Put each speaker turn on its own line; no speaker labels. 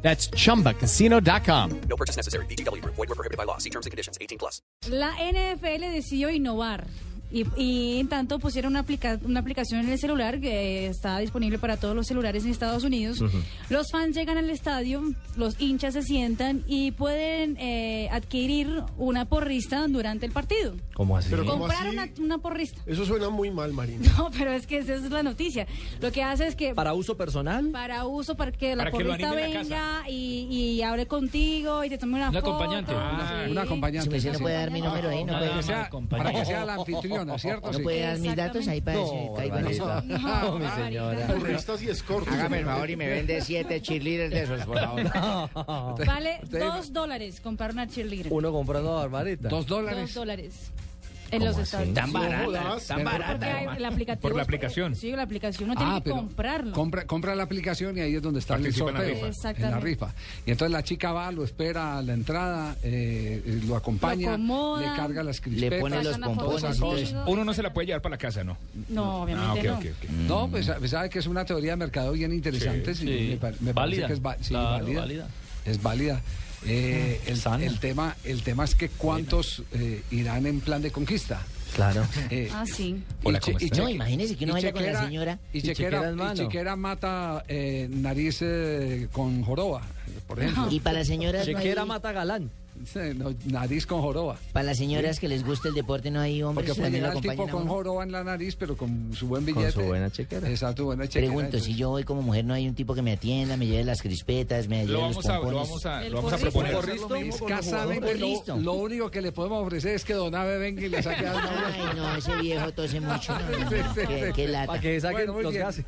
That's chumbacasino.com.
No purchase necessary. BGW. Void were prohibited by law. See terms and conditions. 18 plus.
La NFL decidió innovar y, y en tanto pusieron una, aplica- una aplicación en el celular que está disponible para todos los celulares en Estados Unidos. Los fans llegan al estadio, los hinchas se sientan y pueden eh, adquirir una porrista durante el partido.
¿Cómo así?
Pero ¿cómo
Comprar
así?
una, una porrista.
Eso suena muy mal, Marina.
No, pero es que esa es la noticia. Lo que hace es que
¿Para uso personal?
para uso, para que la
Para que lo
porrista
anime en la
venga y, y hable contigo y te tome una
Un
foto.
acompañante.
Ah,
sí.
una acompañante.
Usted
sí,
no
sí.
puede dar mi número ahí, no
Nada
puede,
Que
más.
sea-
Acompañante.
para que sea la anfitriona, ¿cierto?
no
Sí.
puede dar mis datos ahí para decir, caigo en eso.
Barbarita.
No,
mi señora.
Porristas y escortes.
Hágame el favor y me vende siete cheerleaders de esos, por favor.
Vale
Usted-
dos dólares comprar una cheerleader.
Uno comprando a Barbarita.
Dos
Dos
dólares.
dólares. En los Estados Unidos.
Tan barata.
jodas.
Tan
Porque hay
barata.
el aplicativo
Por la
es-
aplicación.
Sí, la aplicación.
Ah,
Uno tiene que comprarlo.
Compra, compra la aplicación y ahí es donde está el
Participa en
sorteo.
la rifa.
En la
Exactamente.
rifa. Y entonces la chica va, lo espera a la entrada, eh, eh, lo acompaña,
acomoda.
le carga las crispetas.
Le pone los
Sacan la foto
pompones y todo eso.
contigo.
Uno no se la puede llevar para la casa, ¿no?
No,
Ah, ok,
obviamente
ok,
no.
ok.
Mm.
No, pues sa- sabe que es una teoría de mercado bien interesante.
Sí,
sí,
sí.
Me, par- me
Válida,
parece que es va- sí,
claro,
válida.
válida.
Es válida. Eh, el,
Sana.
el tema, el tema es que cuántos eh, irán en plan de conquista.
Claro.
Eh,
Ah, sí.
Hola,
y che-
¿cómo
y
está?
cheque-
No, imagínese que uno
y
vaya con la
chequera-
señora.
Y
Y chequera
chequera,
en
y
mano.
chequera mata eh, nariz eh, con joroba, por ejemplo.
Y para las señoras, no hay,
Chequera mata galán.
Sí, no, nariz con joroba.
para las señoras que les gusta el deporte, no hay hombres
Porque
que
puede
también lo
llegar el
acompañan
tipo
a
con
uno.
joroba en la nariz, pero con su buen billete.
su buena chequera.
Exacto, buena chequera.
Pregunto, si
entonces-
yo voy como mujer, no hay un tipo que me atienda, me lleve las crispetas, me lleve
Lo
los
vamos a, lo
pompones.
vamos a,
El
lo vamos a
porrista.
proponer.
Porrista. lo mismo con los
Escasamente,
jugadores.
lo,
Listo.
lo único que le podemos ofrecer es que Don Abe venga y le saque a Don Abe.
Ay, no, ese viejo tose mucho. no, no, no,
Sí, sí,
qué-
sí.
qué
Para
lata.
que saquen
Bueno, muy
los
bien.
gases.